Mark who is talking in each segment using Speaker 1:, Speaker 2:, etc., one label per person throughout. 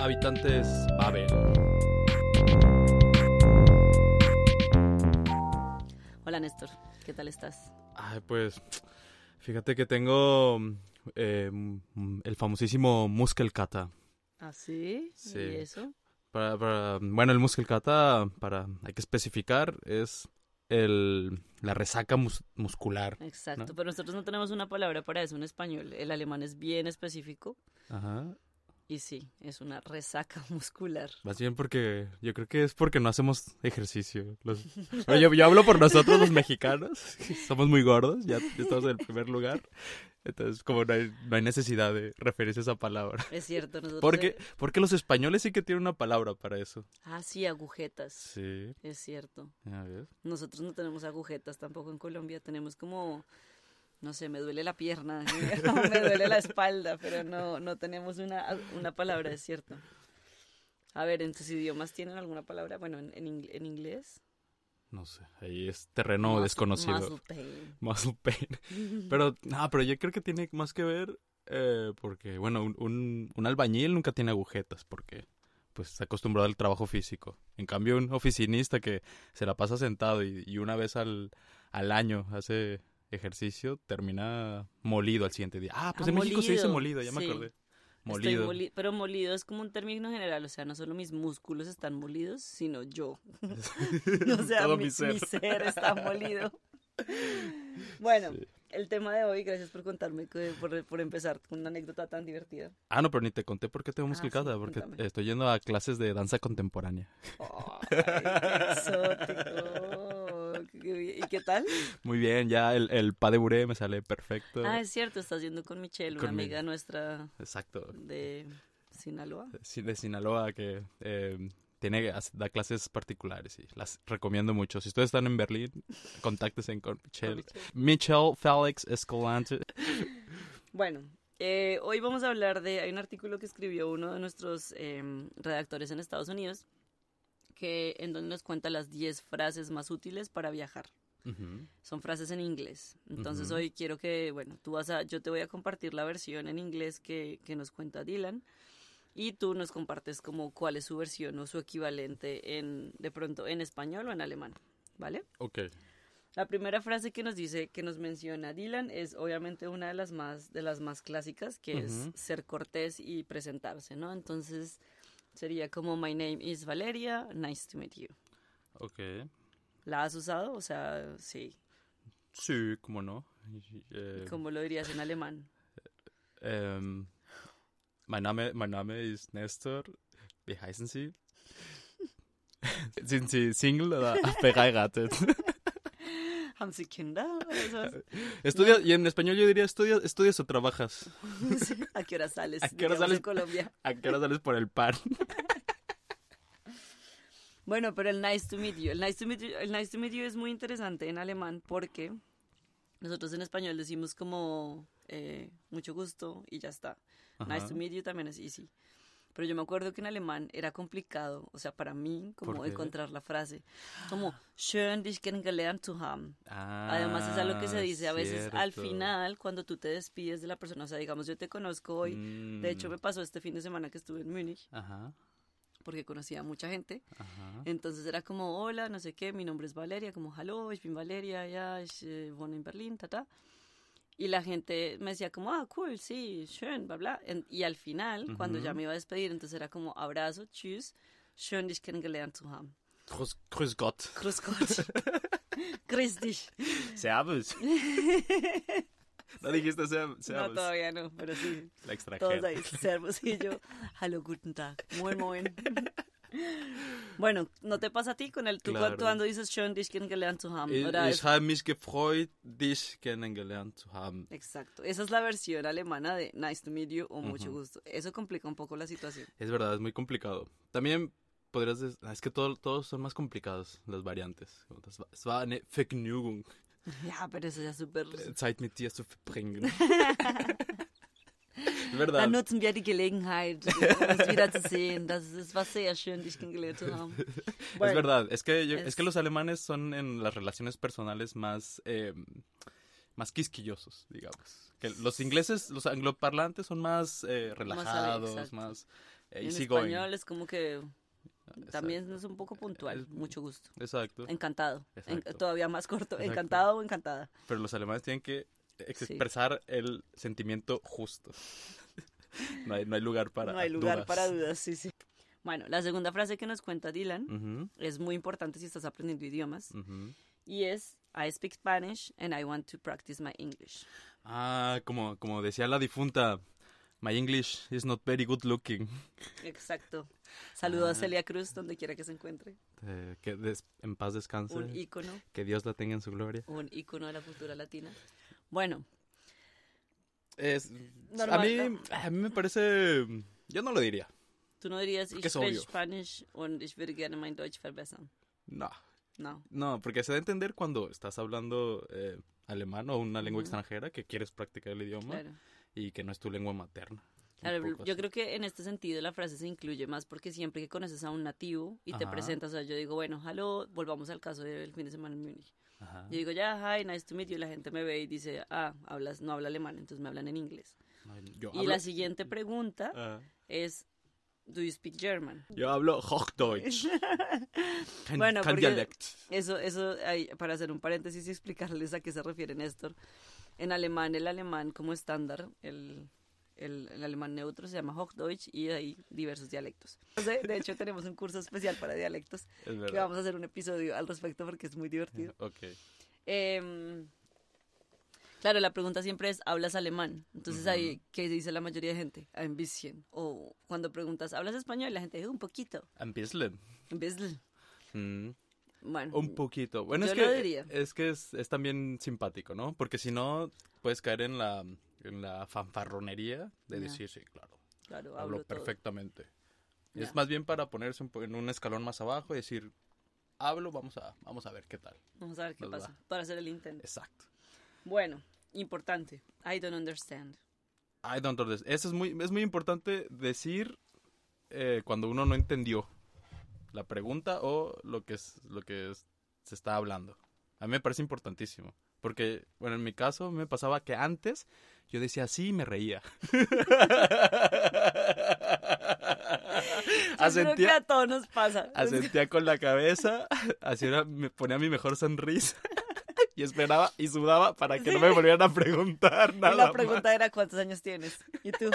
Speaker 1: habitantes va a haber?
Speaker 2: Hola Néstor, ¿qué tal estás?
Speaker 1: Ay, pues fíjate que tengo eh, mm, el famosísimo Muskelkata.
Speaker 2: ¿Ah, sí?
Speaker 1: Sí.
Speaker 2: ¿Y eso?
Speaker 1: Para, para- bueno, el Muskelkata, para, hay que especificar, es el, la resaca mus- muscular.
Speaker 2: Exacto,
Speaker 1: ¿No?
Speaker 2: pero nosotros no tenemos una palabra para eso en español. El alemán es bien específico
Speaker 1: Ajá.
Speaker 2: y sí, es una resaca muscular.
Speaker 1: Más bien porque yo creo que es porque no hacemos ejercicio. Los- Bueno, yo, yo hablo por nosotros los mexicanos, somos muy gordos, ya estamos en el primer lugar. Entonces, como no hay, no hay necesidad de referirse a esa palabra.
Speaker 2: Es cierto, nosotros...
Speaker 1: Porque, porque los españoles sí que tienen una palabra para eso.
Speaker 2: Ah, sí, agujetas.
Speaker 1: Sí,
Speaker 2: Es cierto.
Speaker 1: a ver.
Speaker 2: Nosotros no tenemos agujetas tampoco en Colombia, tenemos como... No sé, me duele la pierna, me duele la espalda, pero no, no tenemos una, una palabra, es cierto. A ver, ¿en tus idiomas tienen alguna palabra? Bueno, en, en ing- en inglés.
Speaker 1: No sé, ahí es terreno
Speaker 2: Mus-
Speaker 1: desconocido.
Speaker 2: muscle pain.
Speaker 1: Muscle pain. Pero, no, pero yo creo que tiene más que ver eh, porque, bueno, un, un- un albañil nunca tiene agujetas porque pues está acostumbrado al trabajo físico. En cambio, un oficinista que se la pasa sentado y, y una vez al, al año hace ejercicio, termina molido al siguiente día. Ah, pues
Speaker 2: Ah,
Speaker 1: en México se dice
Speaker 2: molido,
Speaker 1: molido, ya me
Speaker 2: sí.
Speaker 1: acordé.
Speaker 2: Estoy
Speaker 1: Molido.
Speaker 2: moli- pero molido es como un término general, o sea, no solo mis músculos están molidos, sino yo. o sea,
Speaker 1: Todo
Speaker 2: mi,
Speaker 1: mi ser.
Speaker 2: mi ser está molido. bueno,
Speaker 1: Sí.
Speaker 2: el tema de hoy, gracias por contarme, que- por, por empezar con una anécdota tan divertida.
Speaker 1: Ah, no, pero ni te conté por qué tengo musclicata,
Speaker 2: Ah, sí,
Speaker 1: porque
Speaker 2: cuéntame.
Speaker 1: estoy yendo a clases de danza contemporánea.
Speaker 2: Ay, qué exótico. Qué bien. ¿Y qué tal?
Speaker 1: Muy bien, ya el, el pas de buré me sale perfecto.
Speaker 2: Ah, es cierto, estás yendo con Michelle, una
Speaker 1: Con mi-
Speaker 2: amiga nuestra
Speaker 1: Exacto.
Speaker 2: de Sinaloa.
Speaker 1: Sí, de Sinaloa que eh, tiene hace- da clases particulares y las recomiendo mucho. Si ustedes están en Berlín, contáctense con Michelle. Michelle Félix Escalante.
Speaker 2: Bueno, eh, hoy vamos a hablar de. Hay un artículo que escribió uno de nuestros em, redactores en Estados Unidos, que en donde nos cuenta las 10 frases más útiles para viajar.
Speaker 1: Ujú.
Speaker 2: Son frases en inglés. Entonces
Speaker 1: Ujú.
Speaker 2: hoy quiero que, bueno, tú vas a. Yo te voy a compartir la versión en inglés que, que nos cuenta Dylan. Y tú nos compartes como cuál es su versión o su equivalente en, de pronto, en español o en alemán. ¿Vale?
Speaker 1: Ok.
Speaker 2: La primera frase que nos dice, que nos menciona Dylan, es obviamente una de las más, de las más clásicas, que
Speaker 1: Ujú.
Speaker 2: es ser cortés y presentarse, ¿no? Entonces sería como My name is Valeria, nice to meet you.
Speaker 1: Ok.
Speaker 2: ¿La has usado? O sea, sí.
Speaker 1: Sí, cómo no. Y- eh,
Speaker 2: ¿Cómo lo dirías en alemán?
Speaker 1: em, mein, Name, mein Name ist Nestor. Wie heißen Sie? ¿Sind Sie Single oder verheiratet?
Speaker 2: Haben Sie Kinder? Eso es-
Speaker 1: Estudia, y en español yo diría, estudia- ¿estudias o trabajas?
Speaker 2: ¿A qué hora sales?
Speaker 1: ¿A qué hora
Speaker 2: Digamos
Speaker 1: sales?
Speaker 2: en Colombia.
Speaker 1: ¿A qué hora sales por el pan?
Speaker 2: Bueno, pero el nice to meet you, el nice to meet you, el nice to meet you es muy interesante en alemán porque nosotros en español decimos como eh, mucho gusto y ya está. Nice
Speaker 1: Ajá.
Speaker 2: to meet you también es easy. Pero yo me acuerdo que en alemán era complicado, o sea, para mí, como
Speaker 1: ¿Por qué?
Speaker 2: encontrar la frase. Como, schön dich kennengelernt zu haben. Además, es algo que se
Speaker 1: Ah,
Speaker 2: dice a veces al
Speaker 1: cierto.
Speaker 2: final, cuando tú te despides de la persona. O sea, digamos, yo te conozco hoy. De hecho,
Speaker 1: Mm,
Speaker 2: me pasó este fin de semana que estuve en Múnich,
Speaker 1: Ajá,
Speaker 2: porque conocía a mucha gente.
Speaker 1: ajá.
Speaker 2: Entonces era como, hola, no sé qué, mi nombre es Valeria, como, hello, ich bin Valeria, ya, ich eh, wohne in Berlín, ta, ta. Y la gente me decía como, ah, cool, sí, schön, bla, bla. En- y al final, cuando ya
Speaker 1: Ujú.
Speaker 2: me iba a despedir, entonces era como, abrazo, tschüss, schön dich kennengelernt zu haben.
Speaker 1: Grüß, grüß Gott.
Speaker 2: Grüß Gott. Grüß dich.
Speaker 1: Servus. no dijiste ser-
Speaker 2: No,
Speaker 1: servus.
Speaker 2: todavía no, pero sí,
Speaker 1: La
Speaker 2: todos
Speaker 1: extranjera.
Speaker 2: ahí, servos y yo, hello, guten tag, moin, moin. Bueno, ¿no te pasa a ti con el tú
Speaker 1: Claro.
Speaker 2: cuando dices schön dich kennengelernt zu haben?
Speaker 1: Ich,
Speaker 2: Oder es-
Speaker 1: ich habe mich gefreut, dich kennengelernt zu haben.
Speaker 2: Exacto. Esa es la versión alemana de nice to meet you o mucho
Speaker 1: Ujú.
Speaker 2: gusto. Eso complica un poco la situación.
Speaker 1: Es verdad, es muy complicado. También podrías decir, es que todo- todos son más complicados, las variantes. Das war- Es war eine Vergnügung,
Speaker 2: Ya, pero eso ya es súper.
Speaker 1: Zeit mit dir zu verbringen. es verdad.
Speaker 2: Dann nutzen wir die Gelegenheit, uns wiederzusehen. Das ist, es war sehr schön, dich kennengelernt zu haben.
Speaker 1: es verdad, es que, yo- es...
Speaker 2: es-
Speaker 1: que los alemanes son en las relaciones personales más, eh, más quisquillosos, digamos. Que los ingleses, los angloparlantes son más
Speaker 2: Más ale-
Speaker 1: eh, relajados, más,
Speaker 2: exacto.
Speaker 1: eh,
Speaker 2: en
Speaker 1: easy going.
Speaker 2: español es como que también es un poco puntual.
Speaker 1: Es-
Speaker 2: Mucho gusto.
Speaker 1: Exacto.
Speaker 2: Encantado. En-
Speaker 1: Exacto.
Speaker 2: todavía más corto.
Speaker 1: Exacto.
Speaker 2: Encantado o encantada.
Speaker 1: Pero los alemanes tienen que ex-
Speaker 2: Sí.
Speaker 1: expresar el sentimiento justo. no, hay, no hay lugar para
Speaker 2: no hay lugar
Speaker 1: dudas.
Speaker 2: para dudas, sí, sí. Bueno, la segunda frase que nos cuenta Dylan
Speaker 1: Ujú,
Speaker 2: es muy importante si estás aprendiendo idiomas
Speaker 1: ujú.
Speaker 2: y es I speak Spanish and I want to practice my English.
Speaker 1: Ah, como, como decía la difunta, my English is not very good looking.
Speaker 2: Exacto. Saludo
Speaker 1: Ah.
Speaker 2: a Celia Cruz donde quiera que se encuentre.
Speaker 1: Eh, que des- en paz descanse.
Speaker 2: Un ícono,
Speaker 1: Que Dios la tenga en su gloria.
Speaker 2: un ícono de la cultura latina. Bueno,
Speaker 1: Es- a,
Speaker 2: Normal,
Speaker 1: mí,
Speaker 2: ¿no?
Speaker 1: a mí me parece... Yo no lo diría.
Speaker 2: tú no dirías
Speaker 1: Porque
Speaker 2: ich
Speaker 1: es
Speaker 2: spreche
Speaker 1: obvio.
Speaker 2: Spanish und ich würde gerne mein Deutsch verbessern.
Speaker 1: No.
Speaker 2: No.
Speaker 1: No, porque se da a entender cuando estás hablando eh, alemán o una lengua
Speaker 2: Ujú.
Speaker 1: extranjera que quieres practicar el idioma
Speaker 2: Claro.
Speaker 1: y que no es tu lengua materna.
Speaker 2: Claro,
Speaker 1: Un poco
Speaker 2: yo
Speaker 1: así.
Speaker 2: creo que en este sentido la frase se incluye más porque siempre que conoces a un nativo y te
Speaker 1: Ajá.
Speaker 2: presentas, o sea, yo digo, bueno, hello, volvamos al caso del fin de semana en Múnich.
Speaker 1: Ajá.
Speaker 2: Yo digo, ya, hi, nice to meet you, y la gente me ve y dice, ah, hablas, no habla alemán, entonces me hablan en inglés.
Speaker 1: No, yo
Speaker 2: Y la
Speaker 1: hablo-
Speaker 2: siguiente pregunta
Speaker 1: Ah,
Speaker 2: es, do you speak German?
Speaker 1: yo hablo Hochdeutsch. Kein,
Speaker 2: Bueno,
Speaker 1: kein
Speaker 2: porque-
Speaker 1: Dialekt.
Speaker 2: Eso, eso, ahí, para hacer un paréntesis y explicarles a qué se refiere Néstor, en alemán, el alemán como estándar, el... El, el alemán neutro se llama Hochdeutsch y hay diversos dialectos. De- de hecho, tenemos un curso especial para dialectos.
Speaker 1: Es
Speaker 2: que
Speaker 1: verdad.
Speaker 2: vamos a hacer un episodio al respecto porque es muy divertido.
Speaker 1: Ok.
Speaker 2: Em, claro, la pregunta siempre es, ¿hablas alemán? Entonces
Speaker 1: Ujú.
Speaker 2: ahí, ¿qué dice la mayoría de gente? Ein bisschen. O cuando preguntas, ¿hablas español? La gente, un poquito.
Speaker 1: Ein bisschen.
Speaker 2: Un bisschen.
Speaker 1: Mm,
Speaker 2: Bueno,
Speaker 1: un poquito. Bueno,
Speaker 2: Mm. Yo
Speaker 1: es que,
Speaker 2: lo diría.
Speaker 1: Es, que es, es también simpático, ¿no? Porque si no, puedes caer en la, en la fanfarronería de
Speaker 2: Ya.
Speaker 1: decir, sí, claro,
Speaker 2: claro, hablo,
Speaker 1: hablo
Speaker 2: todo.
Speaker 1: perfectamente.
Speaker 2: Ya.
Speaker 1: Es más bien para ponerse un po- en un escalón más abajo y decir, hablo, vamos a, vamos a ver qué tal.
Speaker 2: Vamos a ver qué
Speaker 1: Nos va.
Speaker 2: pasa para hacer el intento.
Speaker 1: Exacto.
Speaker 2: Bueno, importante. I don't understand.
Speaker 1: I don't understand. Eso es muy, es muy importante decir eh, cuando uno no entendió la pregunta o lo que, es, lo que es- se está hablando. A mí me parece importantísimo. Porque, bueno, en mi caso me pasaba que antes yo decía así y me reía.
Speaker 2: Yo creo que
Speaker 1: asentía,
Speaker 2: a todos nos pasa.
Speaker 1: asentía con la cabeza, así era- me ponía mi mejor sonrisa y esperaba y sudaba para que no me volvieran a preguntar nada.
Speaker 2: y la
Speaker 1: más.
Speaker 2: pregunta era, ¿cuántos años tienes? Y tú,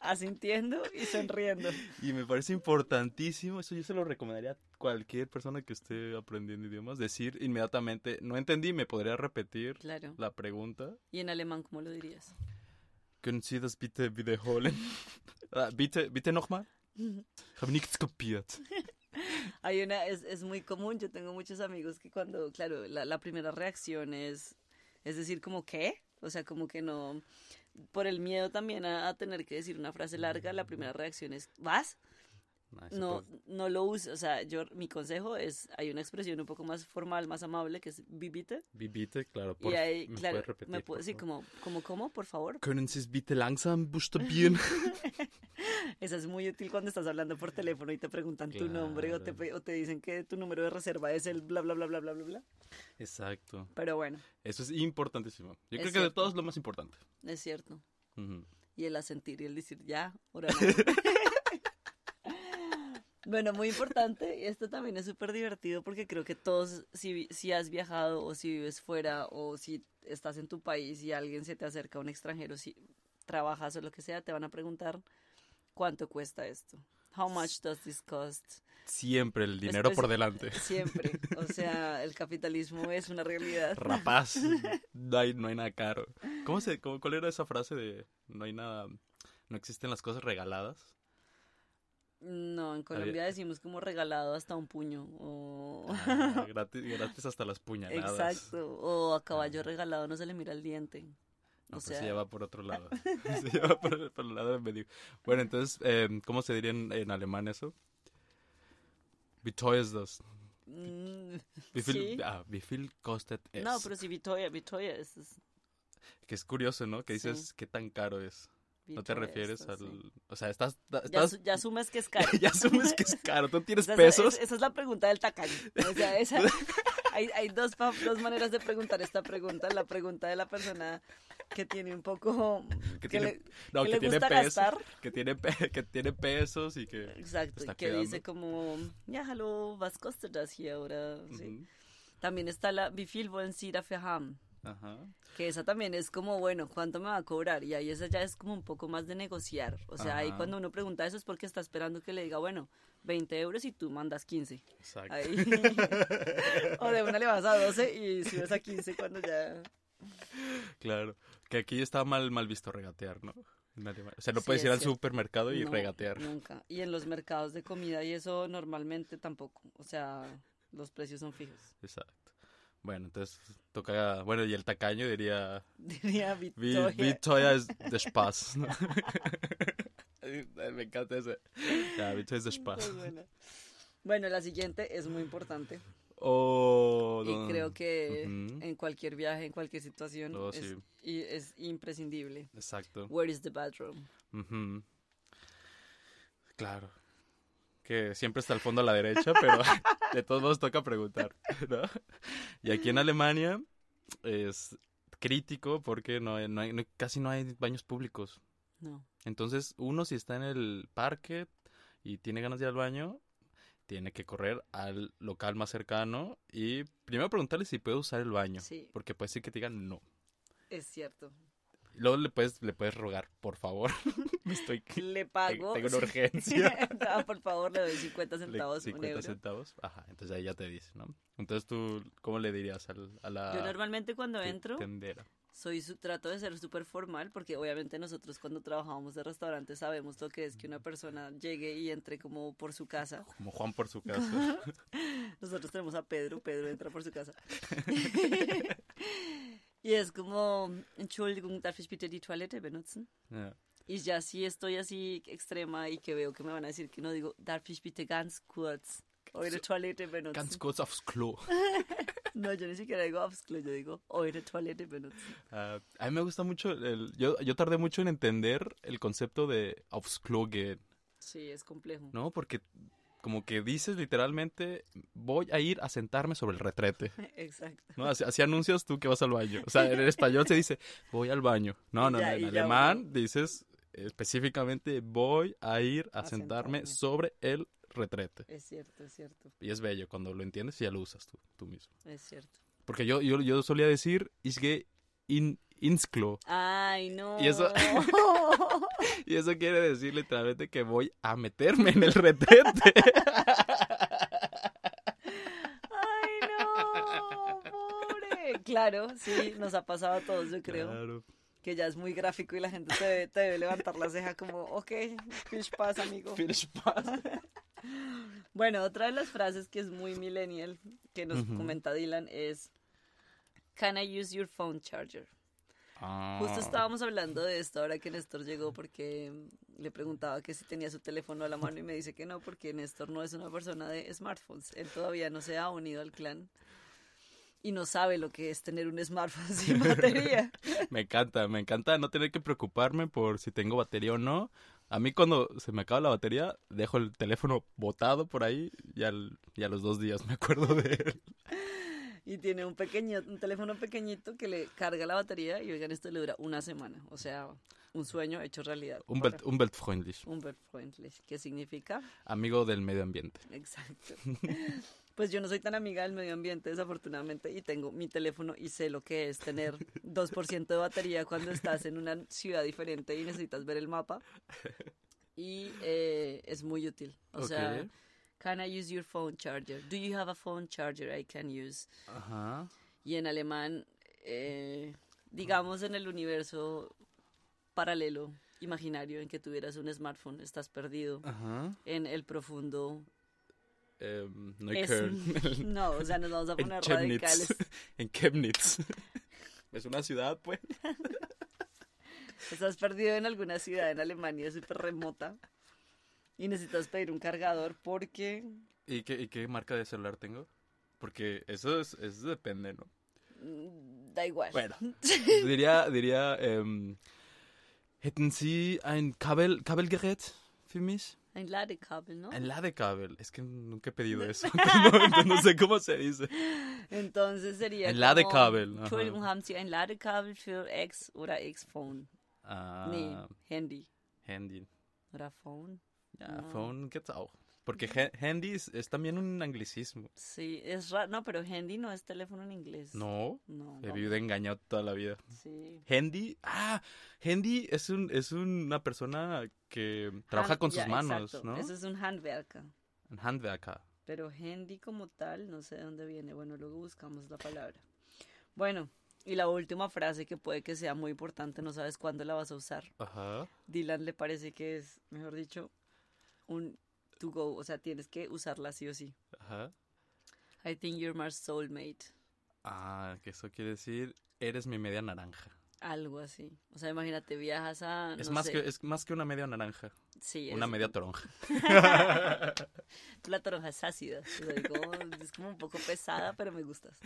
Speaker 2: asintiendo y sonriendo.
Speaker 1: Y me parece importantísimo, eso yo se lo recomendaría a cualquier persona que esté aprendiendo idiomas, decir inmediatamente, no entendí, me podría repetir
Speaker 2: Claro.
Speaker 1: la pregunta.
Speaker 2: ¿Y en alemán cómo lo dirías?
Speaker 1: Können Sie das bitte wiederholen? Ah, bitte, bitte nochmal. Habe nichts kapiert.
Speaker 2: Hay una, es, es muy común, yo tengo muchos amigos que cuando, claro, la, la primera reacción es, es decir, como, ¿qué? O sea, como que no, por el miedo también a, a tener que decir una frase larga, la primera reacción es, ¿vas?
Speaker 1: Ah,
Speaker 2: No, no lo uso, o sea, yo, mi consejo es, hay una expresión un poco más formal, más amable, que es bibite,
Speaker 1: Bi- Bitte, claro, por
Speaker 2: y ahí,
Speaker 1: ¿me
Speaker 2: claro,
Speaker 1: puedes repetir,
Speaker 2: me
Speaker 1: por
Speaker 2: puedo decir
Speaker 1: favor?
Speaker 2: como, como, ¿cómo? Por favor.
Speaker 1: Können Sie es bitte langsam buchstabieren?
Speaker 2: Esa es muy útil cuando estás hablando por teléfono y te preguntan tu nombre o te,
Speaker 1: Claro.
Speaker 2: pe- o te dicen que tu número de reserva es el bla, bla, bla, bla, bla, bla, bla.
Speaker 1: Exacto.
Speaker 2: Pero bueno,
Speaker 1: Eso es importantísimo. Yo
Speaker 2: Es
Speaker 1: creo que de
Speaker 2: cierto.
Speaker 1: todo es lo más importante.
Speaker 2: es cierto.
Speaker 1: Ujú.
Speaker 2: y el asentir y el decir ya, ahora no. Bueno, muy importante, y esto también es súper divertido porque creo que todos, si, vi- si has viajado o si vives fuera o si estás en tu país y alguien se te acerca, un extranjero, si trabajas o lo que sea, te van a preguntar cuánto cuesta esto. How much does this cost?
Speaker 1: Siempre el dinero por
Speaker 2: Especi-
Speaker 1: delante.
Speaker 2: Siempre. O sea, el capitalismo es una realidad.
Speaker 1: rapaz, no hay, no hay nada caro. ¿Cómo se, cómo- ¿Cuál era esa frase de no hay nada, no existen las cosas regaladas?
Speaker 2: No, en Colombia decimos como regalado hasta un puño. O...
Speaker 1: Ah, gratis, gratis hasta las puñaladas.
Speaker 2: Exacto. O a caballo regalado no se le mira el diente.
Speaker 1: No,
Speaker 2: o
Speaker 1: pero
Speaker 2: sea,
Speaker 1: se lleva por otro lado. se lleva por, por el lado del medio. Bueno, entonces, eh, ¿cómo se diría en, en alemán eso? Wie teuer ist das?
Speaker 2: mm,
Speaker 1: Wie viel,
Speaker 2: Sí.
Speaker 1: ah, wie viel kostet es?
Speaker 2: no, pero si Vitoya, Vitoya es, es-
Speaker 1: Que es curioso, ¿no? Que dices,
Speaker 2: Sí.
Speaker 1: ¿qué tan caro es? No te
Speaker 2: Bicho
Speaker 1: refieres
Speaker 2: esto,
Speaker 1: al...
Speaker 2: sí.
Speaker 1: O sea, estás...
Speaker 2: Ya,
Speaker 1: estás
Speaker 2: su- ya asumes que es caro.
Speaker 1: ya asumes que es caro. ¿Tú tienes
Speaker 2: Esa-
Speaker 1: pesos?
Speaker 2: es- Esa, es la pregunta del tacaño. O sea, esa- hay, hay dos, pa- dos maneras de preguntar esta pregunta. La pregunta de la persona que tiene un poco... Que,
Speaker 1: Que tiene-
Speaker 2: le,
Speaker 1: no,
Speaker 2: que
Speaker 1: que,
Speaker 2: le
Speaker 1: tiene
Speaker 2: gusta
Speaker 1: pesos.
Speaker 2: gastar.
Speaker 1: Que tiene, pe- que tiene pesos y que...
Speaker 2: Exacto, y
Speaker 1: está
Speaker 2: que dice
Speaker 1: cuidando.
Speaker 2: como, ya, hallo, was kostet das hier? Oder, sí.
Speaker 1: Ujú,
Speaker 2: También está la, wie viel wollen Sie dafür haben?
Speaker 1: Ajá.
Speaker 2: Que esa también es como, bueno, ¿cuánto me va a cobrar? Y ahí esa ya es como un poco más de negociar. O sea, ahí
Speaker 1: Ajá.
Speaker 2: cuando uno pregunta eso es porque está esperando que le diga, bueno, 20 euros y tú mandas 15.
Speaker 1: Exacto.
Speaker 2: Ahí. o de una le vas a 12 y subes a 15 cuando ya...
Speaker 1: Claro. Que aquí está mal, mal visto regatear, ¿no? En Alemania. O sea, no
Speaker 2: Sí,
Speaker 1: puedes ir
Speaker 2: es
Speaker 1: al
Speaker 2: cierto.
Speaker 1: supermercado y
Speaker 2: No,
Speaker 1: regatear.
Speaker 2: Nunca. Y en los mercados de comida y eso normalmente tampoco. O sea, los precios son fijos.
Speaker 1: Exacto. Bueno, entonces toca... Bueno, y el tacaño diría...
Speaker 2: Diría
Speaker 1: Vi,
Speaker 2: Victoria.
Speaker 1: vi teuer ist der Spaß. ¿no? Me encanta ese. Ya, vi teuer ist der Spaß.
Speaker 2: Muy buena. Bueno, la siguiente es muy importante
Speaker 1: Oh,
Speaker 2: y creo que
Speaker 1: Ujú.
Speaker 2: en cualquier viaje, en cualquier situación,
Speaker 1: Oh,
Speaker 2: es,
Speaker 1: sí.
Speaker 2: y es imprescindible.
Speaker 1: Exacto.
Speaker 2: Where is the bathroom?
Speaker 1: Ujú. Claro. Que siempre está al fondo a la derecha, pero de todos modos toca preguntar, ¿no? Y aquí en Alemania es crítico porque no hay- no hay- no- casi no hay baños públicos.
Speaker 2: No.
Speaker 1: Entonces, uno si está en el parque y tiene ganas de ir al baño, tiene que correr al local más cercano y primero preguntarle si puede usar el baño,
Speaker 2: Sí,
Speaker 1: porque puede ser que te digan no.
Speaker 2: es cierto.
Speaker 1: Luego le puedes, le puedes rogar, por favor. Me estoy te-
Speaker 2: Le pago.
Speaker 1: Tengo una urgencia.
Speaker 2: Ah, por favor, le doy 50
Speaker 1: Le-
Speaker 2: centavos. un
Speaker 1: 50
Speaker 2: euro.
Speaker 1: centavos. Ajá, entonces ahí ya te dice, ¿no? Entonces tú, ¿cómo le dirías al- a la
Speaker 2: Yo normalmente cuando
Speaker 1: te-
Speaker 2: entro,
Speaker 1: tendera?
Speaker 2: soy su- trato de ser súper formal porque obviamente nosotros cuando trabajamos de restaurante sabemos lo que es que una persona llegue y entre como por su casa.
Speaker 1: Como Juan por su casa.
Speaker 2: Nosotros tenemos a Pedro, Pedro entra por su casa. y es como, Entschuldigung, darf ich bitte die Toilette benutzen?
Speaker 1: Ya.
Speaker 2: Y ya si estoy así extrema y que veo que me van a decir que no, digo, darf ich bitte ganz kurz eure Toilette benutzen?
Speaker 1: Ganz kurz aufs Klo.
Speaker 2: No, yo ni siquiera digo aufs Klo, yo digo eure Toilette benutzen.
Speaker 1: Ah, a mí me gusta mucho, el- yo, yo tardé mucho en entender el concepto de aufs Klo gehen,
Speaker 2: Sí, es complejo.
Speaker 1: ¿no? Porque como que dices literalmente, voy a ir a sentarme sobre el retrete,
Speaker 2: Exacto.
Speaker 1: ¿no? Así, así anuncias tú que vas al baño. O sea, en el español se dice, voy al baño. No, no,
Speaker 2: Ya,
Speaker 1: no,
Speaker 2: y
Speaker 1: en
Speaker 2: ya
Speaker 1: alemán dices específicamente, voy a ir a,
Speaker 2: A
Speaker 1: sentarme,
Speaker 2: sentarme.
Speaker 1: sobre el retrete.
Speaker 2: Es cierto, es cierto,
Speaker 1: Y es bello cuando lo entiendes y ya lo usas tú, tú mismo.
Speaker 2: es cierto.
Speaker 1: Porque yo, yo, yo solía decir, ich gehe in, ins Klo.
Speaker 2: Ay, no.
Speaker 1: Y eso- Y eso quiere decir literalmente que voy a meterme en el retrete.
Speaker 2: Ay, no, pobre. Claro, sí, nos ha pasado a todos, yo creo.
Speaker 1: Claro.
Speaker 2: Que ya es muy gráfico y la gente te debe, te debe levantar la ceja como, ok, fish pass, amigo.
Speaker 1: Viel Spaß.
Speaker 2: Bueno, otra de las frases que es muy millennial, que nos
Speaker 1: Ujú.
Speaker 2: comenta Dylan, es, Can I use your phone charger?
Speaker 1: Ah.
Speaker 2: Justo estábamos hablando de esto ahora que Néstor llegó porque mm, le preguntaba que si tenía su teléfono a la mano y me dice que no porque Néstor no es una persona de smartphones. Él todavía no se ha unido al clan y no sabe lo que es tener un smartphone sin batería.
Speaker 1: Me encanta, me encanta no tener que preocuparme por si tengo batería o no. A mí cuando se me acaba la batería, dejo el teléfono botado por ahí y, al- y a los dos días me acuerdo de él.
Speaker 2: Y tiene un pequeño, un teléfono pequeñito que le carga la batería y oigan esto le dura una semana. O sea, un sueño hecho realidad.
Speaker 1: Umwelt, umweltfreundlich,
Speaker 2: Umweltfreundlich. ¿Qué significa?
Speaker 1: amigo del medio ambiente.
Speaker 2: Exacto. Pues yo no soy tan amiga del medio ambiente, desafortunadamente, y tengo mi teléfono y sé lo que es tener 2% de batería cuando estás en una ciudad diferente y necesitas ver el mapa. Y eh, es muy útil. O sea,
Speaker 1: Ok.
Speaker 2: can I use your phone charger? Do you have a phone charger I can use?
Speaker 1: Ajá.
Speaker 2: Y en alemán, eh, digamos en el universo paralelo, imaginario, en que tuvieras un smartphone, estás perdido
Speaker 1: Ajá.
Speaker 2: en el profundo
Speaker 1: Em, no hay
Speaker 2: es-
Speaker 1: Köln.
Speaker 2: no, o sea, nos vamos a
Speaker 1: en
Speaker 2: poner radicales.
Speaker 1: Chemnitz. en Chemnitz. Es una ciudad, pues.
Speaker 2: Estás perdido en alguna ciudad en Alemania súper remota y necesitas pedir un cargador porque
Speaker 1: ¿Y qué, y qué marca de celular tengo? Porque eso es, eso depende, ¿no?
Speaker 2: mm, da igual.
Speaker 1: Bueno, diría, diría em, Hätten Sie ein Kabel, Kabelgerät für mich?
Speaker 2: Ein Ladekabel, ¿no?
Speaker 1: Ein Ladekabel. Es que nunca he pedido eso. Entonces no, entonces no sé cómo se dice.
Speaker 2: Entonces sería.
Speaker 1: Ein Ladekabel,
Speaker 2: Como,
Speaker 1: ajá.
Speaker 2: Entschuldigung, haben Sie ein Ladekabel für X oder X-Phone?
Speaker 1: Ah,
Speaker 2: Nee, Handy.
Speaker 1: Handy.
Speaker 2: Oder Phone?
Speaker 1: Ja,
Speaker 2: No.
Speaker 1: Phone geht's auch. Porque he- Handy es, es también un anglicismo.
Speaker 2: Sí, es raro. No, pero handy no es teléfono en inglés.
Speaker 1: No,
Speaker 2: No.
Speaker 1: he
Speaker 2: no.
Speaker 1: vivido engañado toda la vida.
Speaker 2: Sí.
Speaker 1: Handy, ah, Handy es un es una persona que trabaja
Speaker 2: Hand-
Speaker 1: con sus
Speaker 2: ya,
Speaker 1: manos,
Speaker 2: exacto.
Speaker 1: ¿no?
Speaker 2: Eso es un handwerker.
Speaker 1: Un Handwerker.
Speaker 2: Pero handy como tal, no sé de dónde viene. Bueno, luego buscamos la palabra. Bueno, y la última frase que puede que sea muy importante, no sabes cuándo la vas a usar.
Speaker 1: Ajá.
Speaker 2: Dylan le parece que es, mejor dicho, un to go, o sea, tienes que usarla sí o sí.
Speaker 1: Ajá.
Speaker 2: I think you're my soulmate,
Speaker 1: Ah, que eso quiere decir eres mi media naranja.
Speaker 2: algo así. O sea, imagínate, viajas a
Speaker 1: es
Speaker 2: Ah, no
Speaker 1: más
Speaker 2: sé,
Speaker 1: que es más que una media naranja,
Speaker 2: sí,
Speaker 1: una
Speaker 2: es-
Speaker 1: media toronja.
Speaker 2: Tú la toronja es ácida, o sea, es como- es como un poco pesada, pero me gustas.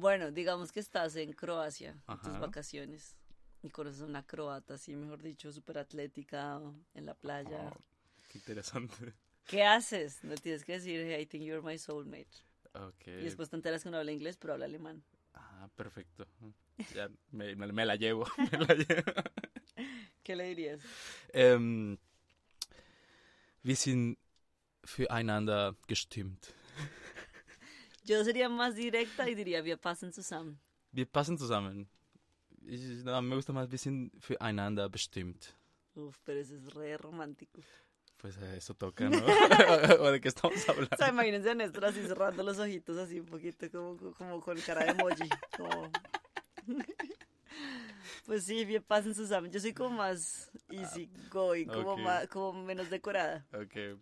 Speaker 2: Bueno, digamos que estás en Croacia, en tus
Speaker 1: Ajá.
Speaker 2: vacaciones, y conoces a una croata, así mejor dicho, súper atlética, en la playa.
Speaker 1: Oh, qué interesante.
Speaker 2: ¿Qué haces? No tienes que decir, "Hey, I think you're my soulmate. Y
Speaker 1: Okay.
Speaker 2: después te enteras que no habla inglés, pero habla alemán.
Speaker 1: Ah, perfecto. Ya me, me- me la llevo, me la llevo.
Speaker 2: ¿Qué le dirías?
Speaker 1: Ähm, wir sind füreinander gestimmt.
Speaker 2: Yo sería más directa y diría, wir passen zusammen.
Speaker 1: Wir passen zusammen. Ich, na, me gusta más, wir sind füreinander bestimmt.
Speaker 2: Uf, pero eso es re romántico.
Speaker 1: Pues a eso toca, ¿no? ¿O de qué estamos
Speaker 2: O sea,
Speaker 1: hablando?
Speaker 2: imagínense a Néstor así cerrando los ojitos así un poquito como, como con cara de emoji. como- Pues sí, bien pasen zusammen. Yo soy como más easy going, como,
Speaker 1: ok.
Speaker 2: más, como menos decorada.
Speaker 1: Okay.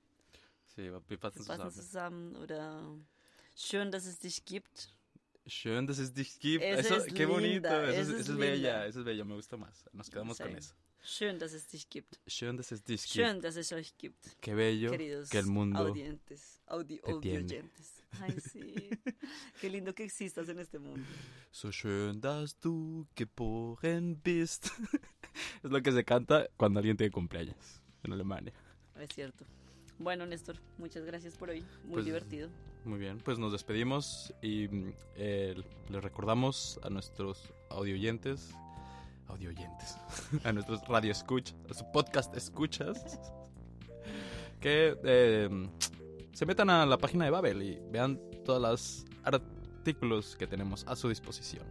Speaker 1: Sí, wir
Speaker 2: Wir
Speaker 1: passen
Speaker 2: passen
Speaker 1: zusammen.
Speaker 2: zusammen oder schön, dass es dich gibt.
Speaker 1: Schön, dass es dich gibt.
Speaker 2: Eso
Speaker 1: Eso,
Speaker 2: es
Speaker 1: qué bonito.
Speaker 2: linda,
Speaker 1: Eso, es-
Speaker 2: eso es
Speaker 1: eso es bella,
Speaker 2: linda.
Speaker 1: eso es bello. Me gusta más. Nos quedamos con
Speaker 2: Sí.
Speaker 1: eso.
Speaker 2: Schön, dass es dich gibt.
Speaker 1: Schön, dass es dich gibt.
Speaker 2: Schön, dass es euch gibt.
Speaker 1: Qué bello
Speaker 2: queridos
Speaker 1: que el mundo.
Speaker 2: audientes, audi,
Speaker 1: te tiene.
Speaker 2: audioyentes. Ay, sí. Qué lindo que existas en este mundo.
Speaker 1: So schön, dass du geboren bist. es lo que se canta cuando alguien tiene cumpleaños en Alemania.
Speaker 2: Es cierto. Bueno, Néstor, muchas gracias por hoy. Muy
Speaker 1: Pues-
Speaker 2: divertido.
Speaker 1: Muy bien, pues nos despedimos y mm, eh, les recordamos a nuestros audioyentes, audioyentes, a nuestros radio a su podcast escuchas, que eh, se metan a la página de Babel y vean todos los artículos que tenemos a su disposición.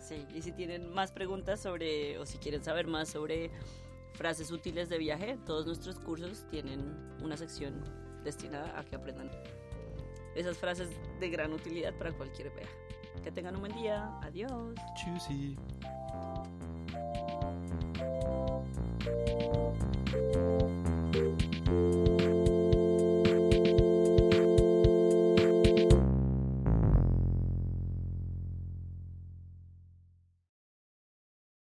Speaker 2: Sí, y si tienen más preguntas sobre, o si quieren saber más sobre frases útiles de viaje, todos nuestros cursos tienen una sección destinada a que aprendan esas frases de gran utilidad para cualquier viaje. Que tengan un buen día. Adiós.
Speaker 1: Tschüssi.